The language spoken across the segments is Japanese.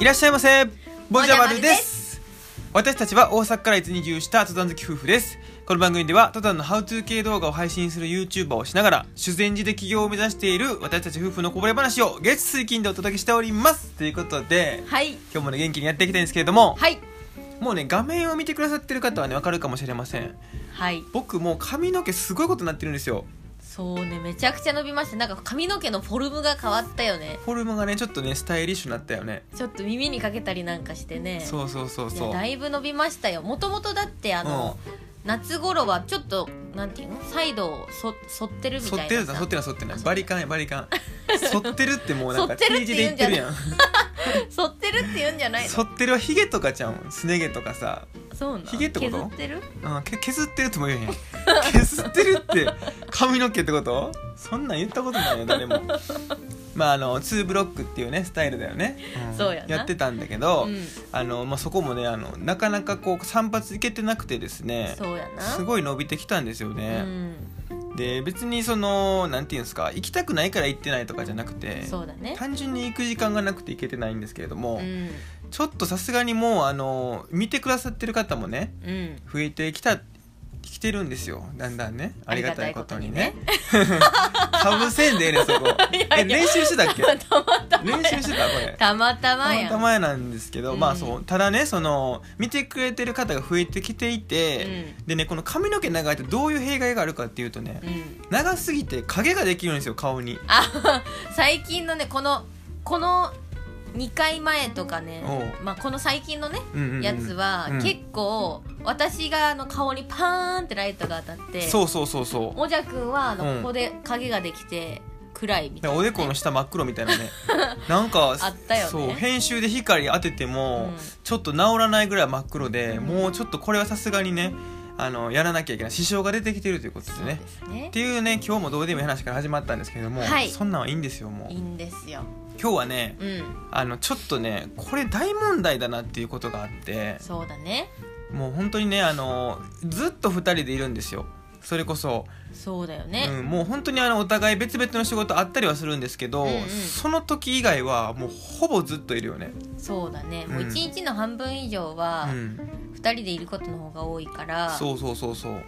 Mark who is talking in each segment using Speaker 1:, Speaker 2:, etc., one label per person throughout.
Speaker 1: いらっしゃいませボジャバル
Speaker 2: ボジャバル
Speaker 1: で
Speaker 2: です
Speaker 1: 私たちは大阪から移住した登山好き夫婦ですこの番組では登山のハウトゥー系動画を配信する YouTuber をしながら修善寺で起業を目指している私たち夫婦のこぼれ話を月水金でお届けしておりますということで
Speaker 2: はい
Speaker 1: 今日もね元気にやっていきたいんですけれども、
Speaker 2: はい
Speaker 1: もうね画面を見てくださってる方はねわかるかもしれません
Speaker 2: はい
Speaker 1: 僕もう髪の毛すごいことになってるんですよ
Speaker 2: そうねめちゃくちゃ伸びましたなんか髪の毛のフォルムが変わったよね
Speaker 1: フォルムがねちょっとねスタイリッシュになったよね
Speaker 2: ちょっと耳にかけたりなんかしてね
Speaker 1: そうそうそう
Speaker 2: い
Speaker 1: そ
Speaker 2: や
Speaker 1: う
Speaker 2: だいぶ伸びましたよもともとだってあの、夏頃はちょっとなんていうのサイドをそ剃ってるみ
Speaker 1: 反
Speaker 2: た
Speaker 1: っ
Speaker 2: い
Speaker 1: て
Speaker 2: な
Speaker 1: るだ
Speaker 2: さ
Speaker 1: 反ってる反ってないバリカンやバリカン反ってるってもうなんか
Speaker 2: 反ってるっ
Speaker 1: T
Speaker 2: て
Speaker 1: 字で
Speaker 2: 言う
Speaker 1: 言
Speaker 2: ん
Speaker 1: っ
Speaker 2: じ
Speaker 1: て
Speaker 2: ゃな
Speaker 1: る
Speaker 2: い
Speaker 1: やん
Speaker 2: 剃ってるって言うんじゃないの
Speaker 1: 反ってるはヒゲとかちゃうんすね毛とかさ、
Speaker 2: そうなの
Speaker 1: ひげってこと
Speaker 2: 削ってる
Speaker 1: うん、け削ってるとも言えへん削ってるって髪の毛ってことそんなん言ったことないよ誰もまああの2ブロックっていうねスタイルだよね、ん
Speaker 2: そうやな
Speaker 1: ってたんだけど、
Speaker 2: うん
Speaker 1: あのまあ、そこもねあのなかなかこう散髪いけてなくてですね
Speaker 2: そうやな
Speaker 1: すごい伸びてきたんですよ
Speaker 2: う
Speaker 1: ね、
Speaker 2: ん
Speaker 1: で別にそのなんていうんですか行きたくないから行ってないとかじゃなくて
Speaker 2: そうだね
Speaker 1: 単純に行く時間がなくて行けてないんですけれども、
Speaker 2: うん
Speaker 1: ちょっとさすがにもうあの見てくださってる方もね
Speaker 2: うん
Speaker 1: 増えてきた来てるんですよだんだんねありがたいことにねかぶせんでええねんそ こ
Speaker 2: や
Speaker 1: え練習してたっけ
Speaker 2: たまたま
Speaker 1: 練習してたこれ
Speaker 2: たまたまやん
Speaker 1: たまたまやなんですけど、ま
Speaker 2: う
Speaker 1: あ
Speaker 2: ん
Speaker 1: そうただねその見てくれてる方が増えてきていて、でねこの髪の毛長いってどういう弊害があるかっていうとね、
Speaker 2: うん、うん、
Speaker 1: 長すぎて影ができるんですよ顔に
Speaker 2: あ最近のねこのこの2回前とかね
Speaker 1: お、
Speaker 2: まあ、この最近のね
Speaker 1: うんうんうん
Speaker 2: やつは
Speaker 1: うん
Speaker 2: 結構私があの顔にパーンってライトが当たって
Speaker 1: そうそうそうそう
Speaker 2: もじゃくんはあの
Speaker 1: うん
Speaker 2: ここで影ができて暗いみ
Speaker 1: だ
Speaker 2: た
Speaker 1: から
Speaker 2: いな、
Speaker 1: おでこの下真っ黒みたいなね なんか
Speaker 2: あったよね
Speaker 1: そう編集で光当てても、
Speaker 2: うん
Speaker 1: ちょっと治らないぐらい真っ黒で、
Speaker 2: うん
Speaker 1: もうちょっとこれはさすがにねあのやらなきゃいけない支障が出てきてるということで
Speaker 2: そうで
Speaker 1: ね
Speaker 2: すね
Speaker 1: っていうね今日もどうでもいい話から始まったんですけれども、
Speaker 2: はい
Speaker 1: そんなんはいいんですよもう
Speaker 2: いいんですよ
Speaker 1: 今日はね
Speaker 2: うん
Speaker 1: あのちょっとねこれ大問題だなっていうことがあって
Speaker 2: そうだね
Speaker 1: もう本当にねあのずっと2人でいるんですよそれこそ、
Speaker 2: そうだよね、
Speaker 1: うん、もう本当にあのお互い別々の仕事あったりはするんですけど、
Speaker 2: うんうん
Speaker 1: その時以外はもうほぼずっといるよね、
Speaker 2: そうだねもう
Speaker 1: うん
Speaker 2: 一日の半分以上
Speaker 1: う
Speaker 2: は
Speaker 1: ん、
Speaker 2: 2人でいることの方が多いから、
Speaker 1: そうそうそうそう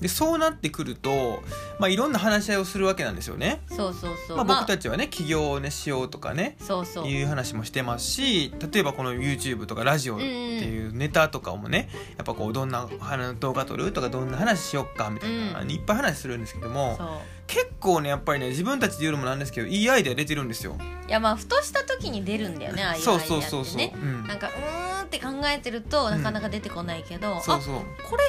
Speaker 1: でそうなってくると、まあ、いろんな話し合いをするわけなんですよね、
Speaker 2: そうそうそう、
Speaker 1: まあ、僕たちはね起業をねしようとかね
Speaker 2: そうそう
Speaker 1: いう話もしてますし例えばこの YouTube とかラジオっていうネタとかもねやっぱこうどんな話動画撮るとかどんな話しよっかみたいな、
Speaker 2: う
Speaker 1: いっぱい話するんですけども
Speaker 2: そう
Speaker 1: 結構ねやっぱりね自分たちで言うのもなんですけどいいアイデア出てるんですよ。
Speaker 2: いやまあふとした時に出るんだよねああいうアイデ
Speaker 1: そ
Speaker 2: ア
Speaker 1: う
Speaker 2: ってね
Speaker 1: そうそうそう、うん
Speaker 2: なんかうーんって考えてるとなかなか出てこないけど、あ
Speaker 1: そうそう
Speaker 2: これ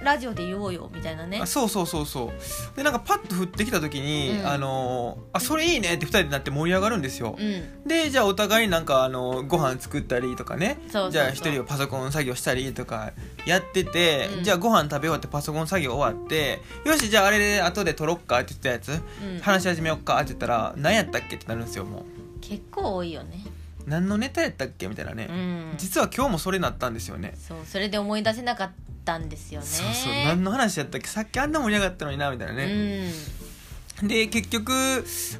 Speaker 2: ラジオで言おうよみたいなね
Speaker 1: あそうそうそうそうでなんかパッと振ってきた時に、
Speaker 2: うん
Speaker 1: あのーあそれいいねって2人でなって盛り上がるんですよ、
Speaker 2: うん
Speaker 1: でじゃあお互いなんかあのーご飯作ったりとかね
Speaker 2: そうそうそう
Speaker 1: じゃあ一人はパソコン作業したりとかやってて、
Speaker 2: うん
Speaker 1: じゃあご飯食べ終わってパソコン作業終わってよしじゃああれで後で撮ろっかって言ってたやつ、
Speaker 2: うん
Speaker 1: 話し始めよっかって言ったら何やったっけってなるんですよもう
Speaker 2: 結構多いよね
Speaker 1: 何のネタやったっけみたいなね、
Speaker 2: うん
Speaker 1: 実は今日もそれなったんですよね
Speaker 2: そうそれで思い出せなかったんですよね
Speaker 1: そうそう何の話やったっけさっきあんな盛り上がったのになみたいなね、で結局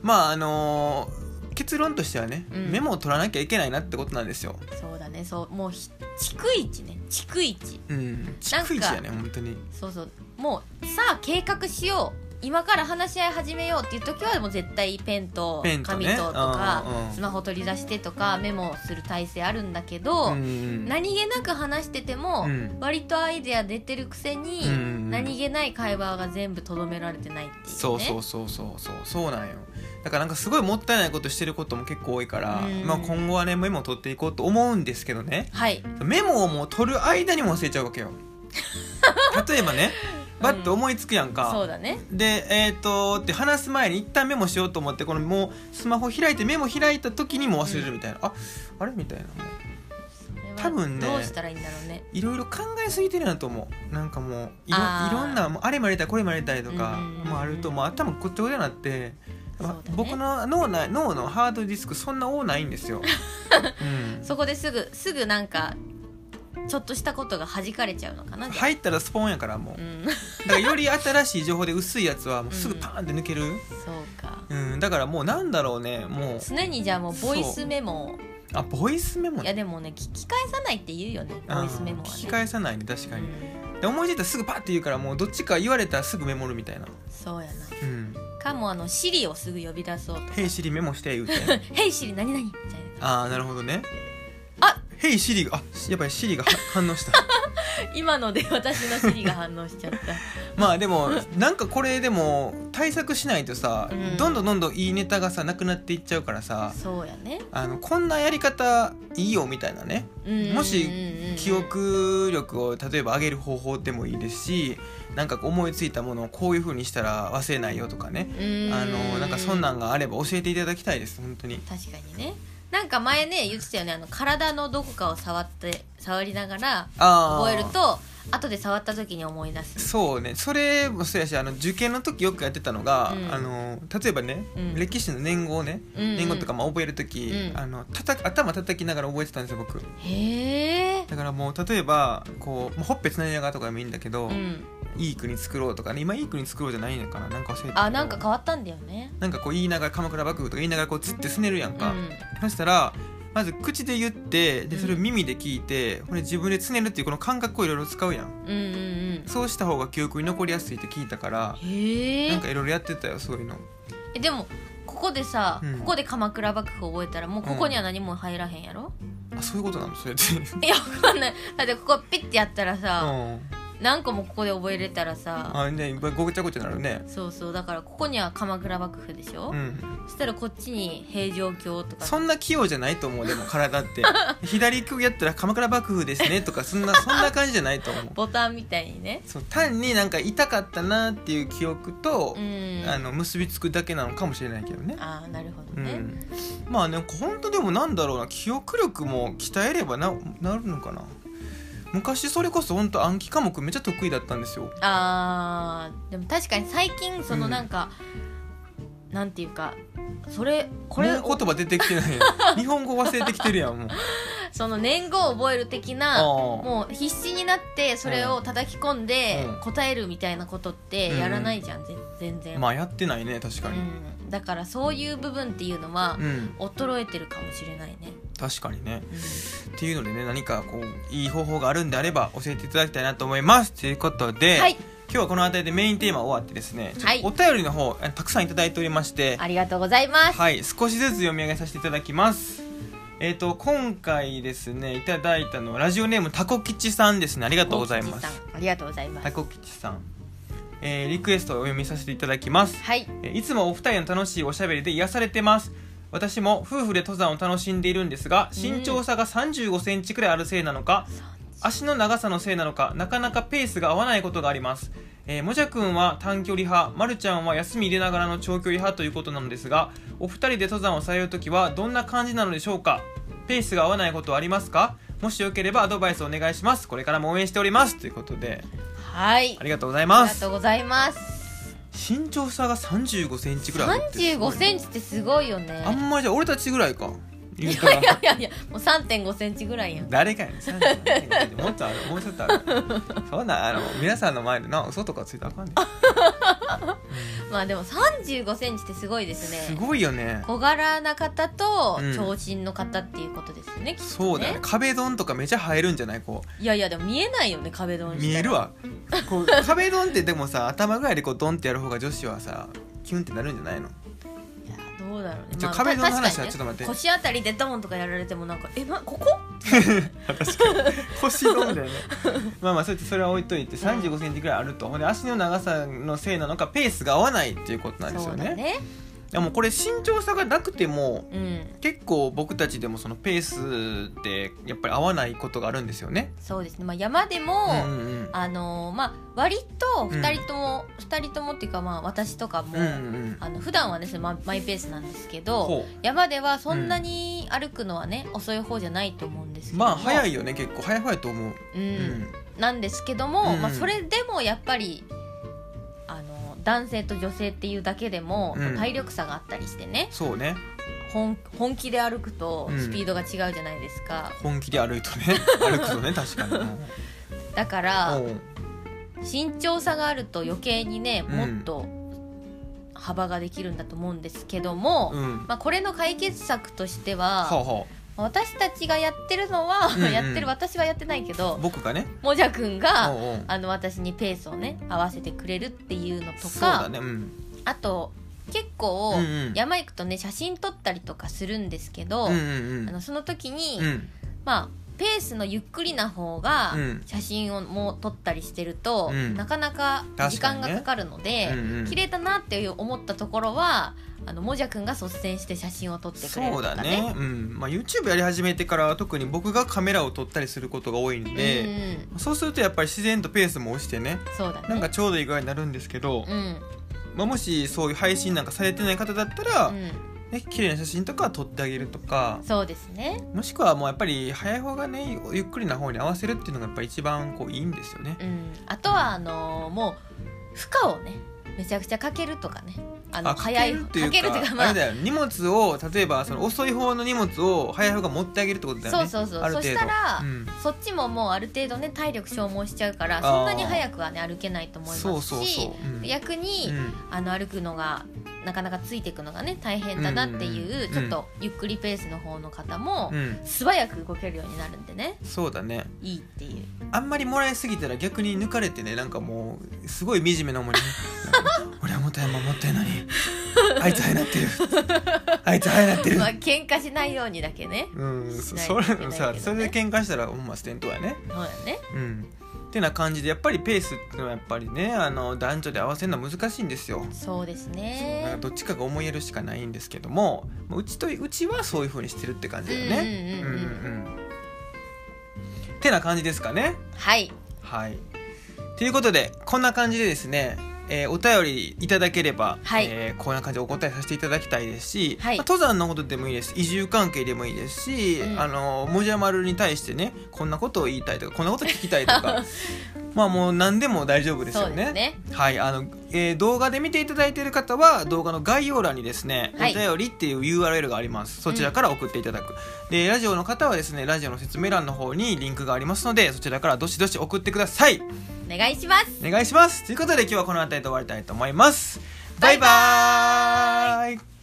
Speaker 1: まああのー結論としてはね、
Speaker 2: うん
Speaker 1: メモを取らなきゃいけないなってことなんですよ。
Speaker 2: うんそうだねそうもうひ逐一ね逐一
Speaker 1: うん、逐一やね本当に。
Speaker 2: そうそうもうさあ計画しよう今から話し合い始めようっていう時はもう絶対ペンと
Speaker 1: ペンと
Speaker 2: 紙
Speaker 1: ね
Speaker 2: ととか
Speaker 1: うんうん
Speaker 2: スマホ取り出してとかメモをする体制あるんだけ
Speaker 1: う
Speaker 2: ど、
Speaker 1: ん
Speaker 2: 何気なく話してても、
Speaker 1: うん
Speaker 2: 割とアイデア出てるくせに、
Speaker 1: うん
Speaker 2: 何気ない会話が全部とどめられてないっていうね
Speaker 1: そうそうそうそうそうそうなんよ。だからなんかすごいもったいないことしてることも結構多いから、
Speaker 2: うん
Speaker 1: まあ今後はねメモを取っていこうと思うんですけどね。
Speaker 2: はい
Speaker 1: メモをもう取る間にも忘れちゃうわ けよ。例えばね、バッと思いつくやんか。
Speaker 2: そうだね
Speaker 1: でえっ、とって話す前に一旦メモしようと思ってこのもうスマホ開いてメモ開いた時にもう忘れるみたいな、ああれみたいな多分ね
Speaker 2: どうしたらいいんだろうね
Speaker 1: いろいろ考えすぎてるなと思うなんかもういろ
Speaker 2: あー
Speaker 1: いろんなもうあれもやりたいこれもやりたいとか
Speaker 2: うんうんうん
Speaker 1: もあるともう頭ごっちゃごちゃになって、
Speaker 2: そうだね
Speaker 1: 僕の脳な脳のハードディスクそんな多ないんです よ、うん
Speaker 2: そこですぐすぐなんかちょっとしたことが弾かれちゃうのかなじゃあ
Speaker 1: 入ったらスポーンやからもう
Speaker 2: う
Speaker 1: だから
Speaker 2: ん
Speaker 1: より新しい情報で薄いやつはもうすぐパーンって抜ける、
Speaker 2: そうか
Speaker 1: うんだからもうなんだろうねもう
Speaker 2: 常にじゃあもうボイスメモを
Speaker 1: あボイスメモ
Speaker 2: い
Speaker 1: ね
Speaker 2: やでもね聞き返さないって言うよねボイスメモは、ね、
Speaker 1: うん聞き返さないね確かに、
Speaker 2: うん
Speaker 1: で思いついたらすぐパッて言うからもうどっちか言われたらすぐメモるみたいな
Speaker 2: そうやな
Speaker 1: うん
Speaker 2: かもあのシリをすぐ呼び出そうと
Speaker 1: 「
Speaker 2: か
Speaker 1: ヘイシリメモして」 言うて
Speaker 2: 「ヘイシリ何々」みたい
Speaker 1: ああなるほどね
Speaker 2: あ
Speaker 1: ヘイシリがあやっぱりシリがは反応した
Speaker 2: な今ので私のシリが反応しちゃった
Speaker 1: まあでもなんかこれでも対策しないとさ、
Speaker 2: うん
Speaker 1: どんどんどんどんいいネタがさなくなっていっちゃうからさ
Speaker 2: そうやね
Speaker 1: あのこんなやり方いいよみたいなね
Speaker 2: うん
Speaker 1: もし
Speaker 2: うんうんうん
Speaker 1: 記憶力を例えば上げる方法でもいいですしなんかこう思いついたものをこういう風にしたら忘れないよとかね
Speaker 2: うん
Speaker 1: あのなんかそんなんがあれば教えていただきたいです本当に
Speaker 2: 確かにねなんか前ね言ってたよねあの体のどこかを触って触りながら
Speaker 1: あー
Speaker 2: 覚えると後で触った時に思い出す
Speaker 1: そうねそれもそうやしあの受験の時よくやってたのが、
Speaker 2: うん
Speaker 1: あの例えばね、
Speaker 2: うん
Speaker 1: 歴史の年号ね、
Speaker 2: うんうん
Speaker 1: 年号とかも覚える時、
Speaker 2: うん
Speaker 1: あのたた頭叩きながら覚えてたんですよ僕
Speaker 2: へえ
Speaker 1: だからもう例えばこうもうほっぺつないながらとかでもいいんだけど、
Speaker 2: うん
Speaker 1: いい国作ろうとかね今いい国作ろうじゃないのかななんか忘れてたけど
Speaker 2: あなんか変わったんだよね
Speaker 1: なんかこう言いながら鎌倉幕府とか言いながらこうつってすねるやん
Speaker 2: う
Speaker 1: か、
Speaker 2: ん
Speaker 1: そしたらまず口で言ってで
Speaker 2: うん
Speaker 1: それを耳で聞いて、これ自分でつねるっていうこの感覚をいろいろ使うやん
Speaker 2: うんうん
Speaker 1: そうした方が記憶に残りやすいって聞いたから
Speaker 2: うんへ
Speaker 1: なん
Speaker 2: え
Speaker 1: かいろいろやってたよそういうの
Speaker 2: えでもここでさ、
Speaker 1: うん
Speaker 2: ここで鎌倉幕府覚えたらもうここには何も入らへんやろ、
Speaker 1: あそういうことなのそうやって
Speaker 2: いやわかんないだってここピッてやったら
Speaker 1: う
Speaker 2: さ、
Speaker 1: ん
Speaker 2: 何個もここで覚えれたらさ
Speaker 1: あねごちゃごちゃなるね
Speaker 2: そうそうだからここには鎌倉幕府でしょ、
Speaker 1: うん
Speaker 2: そしたらこっちに平城京とか
Speaker 1: そんな器用じゃないと思うでも体って 左手やったら鎌倉幕府ですねとかそんなそんな感じじゃないと 思う
Speaker 2: ボタンみたいにね
Speaker 1: そう単になんか痛かったなっていう記憶と
Speaker 2: う、ん
Speaker 1: あの結びつくだけなのかもしれないけどね
Speaker 2: あーなるほ
Speaker 1: う
Speaker 2: どね、
Speaker 1: ん、まあね本当でもなんだろうな記憶力も鍛えればななるのかな昔それこそ本当暗記科目めっちゃ得意だったんですよ
Speaker 2: あーでも確かに最近そうの
Speaker 1: ん
Speaker 2: なんか、なんていうかそれこ
Speaker 1: こ
Speaker 2: れ
Speaker 1: れ言葉出てきて ないよ日本語忘れてきてるやんもう
Speaker 2: その年号を覚える的
Speaker 1: あ
Speaker 2: な
Speaker 1: ー
Speaker 2: もう必死になってそれを叩き込んで
Speaker 1: うん
Speaker 2: 答えるみたいなことってやらないじゃん、ぜ全然、
Speaker 1: まあやってないね確かに
Speaker 2: うん、だからそういう部分っていうのは
Speaker 1: うん、
Speaker 2: 衰えてるかもしれないね、
Speaker 1: 確かにね
Speaker 2: うん
Speaker 1: っていうのでね何かこういい方法があるんであれば教えていただきたいなと思いますということで、
Speaker 2: はい
Speaker 1: 今日はこの辺りでメインテーマ終わってですねちょっと
Speaker 2: はい
Speaker 1: お便りの方えたくさんいただいておりまして、
Speaker 2: ありがとうございます
Speaker 1: はい、少しずつ読み上げさせていただきます。えっ、と、今回ですね、いただいたのはラジオネームタコ吉さんですね。ありがとうございま
Speaker 2: 大吉
Speaker 1: す。
Speaker 2: さんありがとうございます
Speaker 1: タコ吉さん、えーリクエストをお読みさせていただきます。
Speaker 2: はい
Speaker 1: えーいつもお二人の楽しいおしゃべりで癒されてます。私も夫婦で登山を楽しんでいるんですが、身長差が35センチくらいあるせいなのか、足の長さのせいなのかなかなかペースが合わないことがあります、えー、もじゃくんは短距離派まるちゃんは休み入れながらの長距離派ということなのですがお二人で登山をされる時はどんな感じなのでしょうかペースが合わないことはありますかもしよければアドバイスお願いしますこれからも応援しておりますということで
Speaker 2: はい
Speaker 1: ありがとうござい
Speaker 2: あ
Speaker 1: ま
Speaker 2: りがと
Speaker 1: す
Speaker 2: うございます
Speaker 1: 身長差が3 5センチぐらいあるって
Speaker 2: 3 5ンチってすごいよね
Speaker 1: あんまりじゃあ俺たちぐらいか言う
Speaker 2: い
Speaker 1: た
Speaker 2: やい
Speaker 1: ら
Speaker 2: やいやいやもう3 5センチぐらいやん
Speaker 1: 誰かやねん35もっとあるもうちょっとあるそんなんあの皆さんの前でな嘘とかついたらあかんねん
Speaker 2: まあでも3 5センチってすごいですね
Speaker 1: すごいよね
Speaker 2: 小柄な方と
Speaker 1: うん
Speaker 2: 長身の方っていうことですよね、きっとね
Speaker 1: そうだね壁ドンとかめちゃ映えるんじゃないこ
Speaker 2: いやいやでも見えないよね壁ド
Speaker 1: う
Speaker 2: ンしたら
Speaker 1: 見えるわこう壁ドンってでもさ頭ぐらいでこうドンってやる方が女子はさキュンってなるんじゃないの
Speaker 2: いやどうだろうね
Speaker 1: ちょ壁ドンの話は
Speaker 2: た
Speaker 1: ちょっと待って
Speaker 2: 確かにね腰あたりでドンとかやられてもなんかえなここ
Speaker 1: 腰ドン だよねまあまあそうやってそれは置いといて3 5センチぐらいあるとほんで足の長さのせいなのかペースが合わないっていうことなんです
Speaker 2: そ
Speaker 1: よ
Speaker 2: う
Speaker 1: ね
Speaker 2: だね
Speaker 1: いやもうこれ身長差がなくても
Speaker 2: うん
Speaker 1: 結構僕たちでもそのペースってやっぱり合わないことがあるんですよね。
Speaker 2: そうですね、まあ、山でも、
Speaker 1: うんうん
Speaker 2: あのーまあ割
Speaker 1: う
Speaker 2: と
Speaker 1: ん
Speaker 2: 2人とも、二人ともっていうかまあ私とかも、
Speaker 1: うんうん
Speaker 2: あの普段はですねママイペースなんですけど
Speaker 1: ほ
Speaker 2: 山ではそんなに歩くのはね、遅い方じゃないと思うんです
Speaker 1: う
Speaker 2: けども
Speaker 1: まあ早、いよね結構早い早いと思う。
Speaker 2: うん
Speaker 1: うん
Speaker 2: なんですけども、
Speaker 1: うん
Speaker 2: まあ、それでもやっぱりあの男性と女性っていうだけでも、
Speaker 1: うん
Speaker 2: 体力差があったりしてね
Speaker 1: そうね
Speaker 2: 本本気で歩くと
Speaker 1: うん
Speaker 2: スピードが違うじゃないですか、
Speaker 1: 本気で歩いと ね歩くとね確かに。
Speaker 2: だか
Speaker 1: う
Speaker 2: ら
Speaker 1: んうん
Speaker 2: 身長差があると余計にね
Speaker 1: うん
Speaker 2: もっと幅ができるんだと思うんですけども、
Speaker 1: うん。
Speaker 2: まあ、これの解決策として
Speaker 1: はあ
Speaker 2: は
Speaker 1: は
Speaker 2: 私たちがやってるのは、
Speaker 1: うんうん
Speaker 2: やってる私はやってないけど
Speaker 1: 僕がね
Speaker 2: もじゃくんが、
Speaker 1: うんうん
Speaker 2: あの私にペースをね合わせてくれるっていうのと
Speaker 1: そう
Speaker 2: か、
Speaker 1: だねうん
Speaker 2: あと結構、
Speaker 1: うんうん
Speaker 2: 山行くとね写真撮ったりとかするんですけど、
Speaker 1: うんうん
Speaker 2: あのその時に、
Speaker 1: うんうん
Speaker 2: まあペースのゆっくりな方が
Speaker 1: うん
Speaker 2: 写真をもう撮ったりしてると、
Speaker 1: うん
Speaker 2: なかなか時間がかかるので、
Speaker 1: うんうん
Speaker 2: 綺麗だなっていう思ったところはあのもじゃくんが率先して写真を撮ってくれる
Speaker 1: そ
Speaker 2: と
Speaker 1: う
Speaker 2: か
Speaker 1: だ
Speaker 2: ね
Speaker 1: ね、うんまあ、YouTube やり始めてからは特に僕がカメラを撮ったりすることが多いんで、そうするとやっぱり自然とペースも落ちてね
Speaker 2: うん、そうだね
Speaker 1: なんかちょうどいい具合になるんですけど、
Speaker 2: うん
Speaker 1: まあ、もしそういう配信なんかされてない方だったら、
Speaker 2: うん、
Speaker 1: ね綺麗な写真とかは撮ってあげるとか
Speaker 2: そうですね
Speaker 1: もしくはもうやっぱり早い方がねゆっくりな方に合わせるっていうのがやっぱ一番こういいんですよね
Speaker 2: うん、あとはあのーもう負荷をねめちゃくちゃかけるとかねあの
Speaker 1: あ
Speaker 2: 早い
Speaker 1: かけるっていうか
Speaker 2: かけるっていうかま
Speaker 1: あ
Speaker 2: あ
Speaker 1: れだよ荷物を例えばその遅い方の荷物を早い方が持ってあげるってことだよ
Speaker 2: そう
Speaker 1: ね
Speaker 2: そうそう
Speaker 1: ある
Speaker 2: そ
Speaker 1: 程度
Speaker 2: したら、
Speaker 1: うん
Speaker 2: そっちももうある程度ね体力消耗しちゃうか
Speaker 1: ー
Speaker 2: らそんなに早くはね歩けないと思いますし
Speaker 1: そうそうそううん
Speaker 2: 逆に、
Speaker 1: うん
Speaker 2: あの歩くのがなかなかついていくのがね大変だなっていう、
Speaker 1: うん
Speaker 2: ちょっとゆっくりペースの方の方も、
Speaker 1: うん
Speaker 2: 素早く動けるようになるんでね
Speaker 1: そうだね
Speaker 2: いいっていう
Speaker 1: あんまりもらいすぎたら逆に抜かれてねなんかもうすごい惨めな思い ねなんか俺はもたいま持ってんのにあいつ早なってるあいつ早なってる
Speaker 2: まあ喧嘩しないようにだけね
Speaker 1: うん、
Speaker 2: し
Speaker 1: そ
Speaker 2: ない
Speaker 1: そ
Speaker 2: とい
Speaker 1: れ
Speaker 2: けないけどね
Speaker 1: さそれで喧嘩したら本末転倒やね
Speaker 2: そうだね
Speaker 1: うんってな感じでやっぱりペースってのはやっぱりねあの男女で合わせるのは難しいんですよ
Speaker 2: そうです
Speaker 1: なん
Speaker 2: ね
Speaker 1: かどっちかが思いやるしかないんですけどもまあうちとうちはそういう風にしてるって感じだよね。
Speaker 2: うんうん
Speaker 1: うん
Speaker 2: うんうん
Speaker 1: うんってな感じですかね。
Speaker 2: はい
Speaker 1: はいということでこんな感じでですね、えーお便りいただければ、
Speaker 2: はい
Speaker 1: えーこんな感じでお答えさせていただきたいですし、
Speaker 2: はい
Speaker 1: まあ登山のことでもいいです移住関係でもいいですし、
Speaker 2: うん
Speaker 1: あのもじゃまるに対してねこんなことを言いたいとかこんなこと聞きたいと かまあもう何でも大丈夫ですよ
Speaker 2: そうです
Speaker 1: ね。
Speaker 2: ね
Speaker 1: はいあのえー動画で見ていただいている方は動画の概要欄にですね、
Speaker 2: はい
Speaker 1: お便りっていう URL がありますそちらから送っていただく、でラジオの方はですねラジオの説明欄の方にリンクがありますのでそちらからどしどし送ってください
Speaker 2: お願いします
Speaker 1: お願いしますということで今日はこの辺りで終わりたいと思いますバイバーイ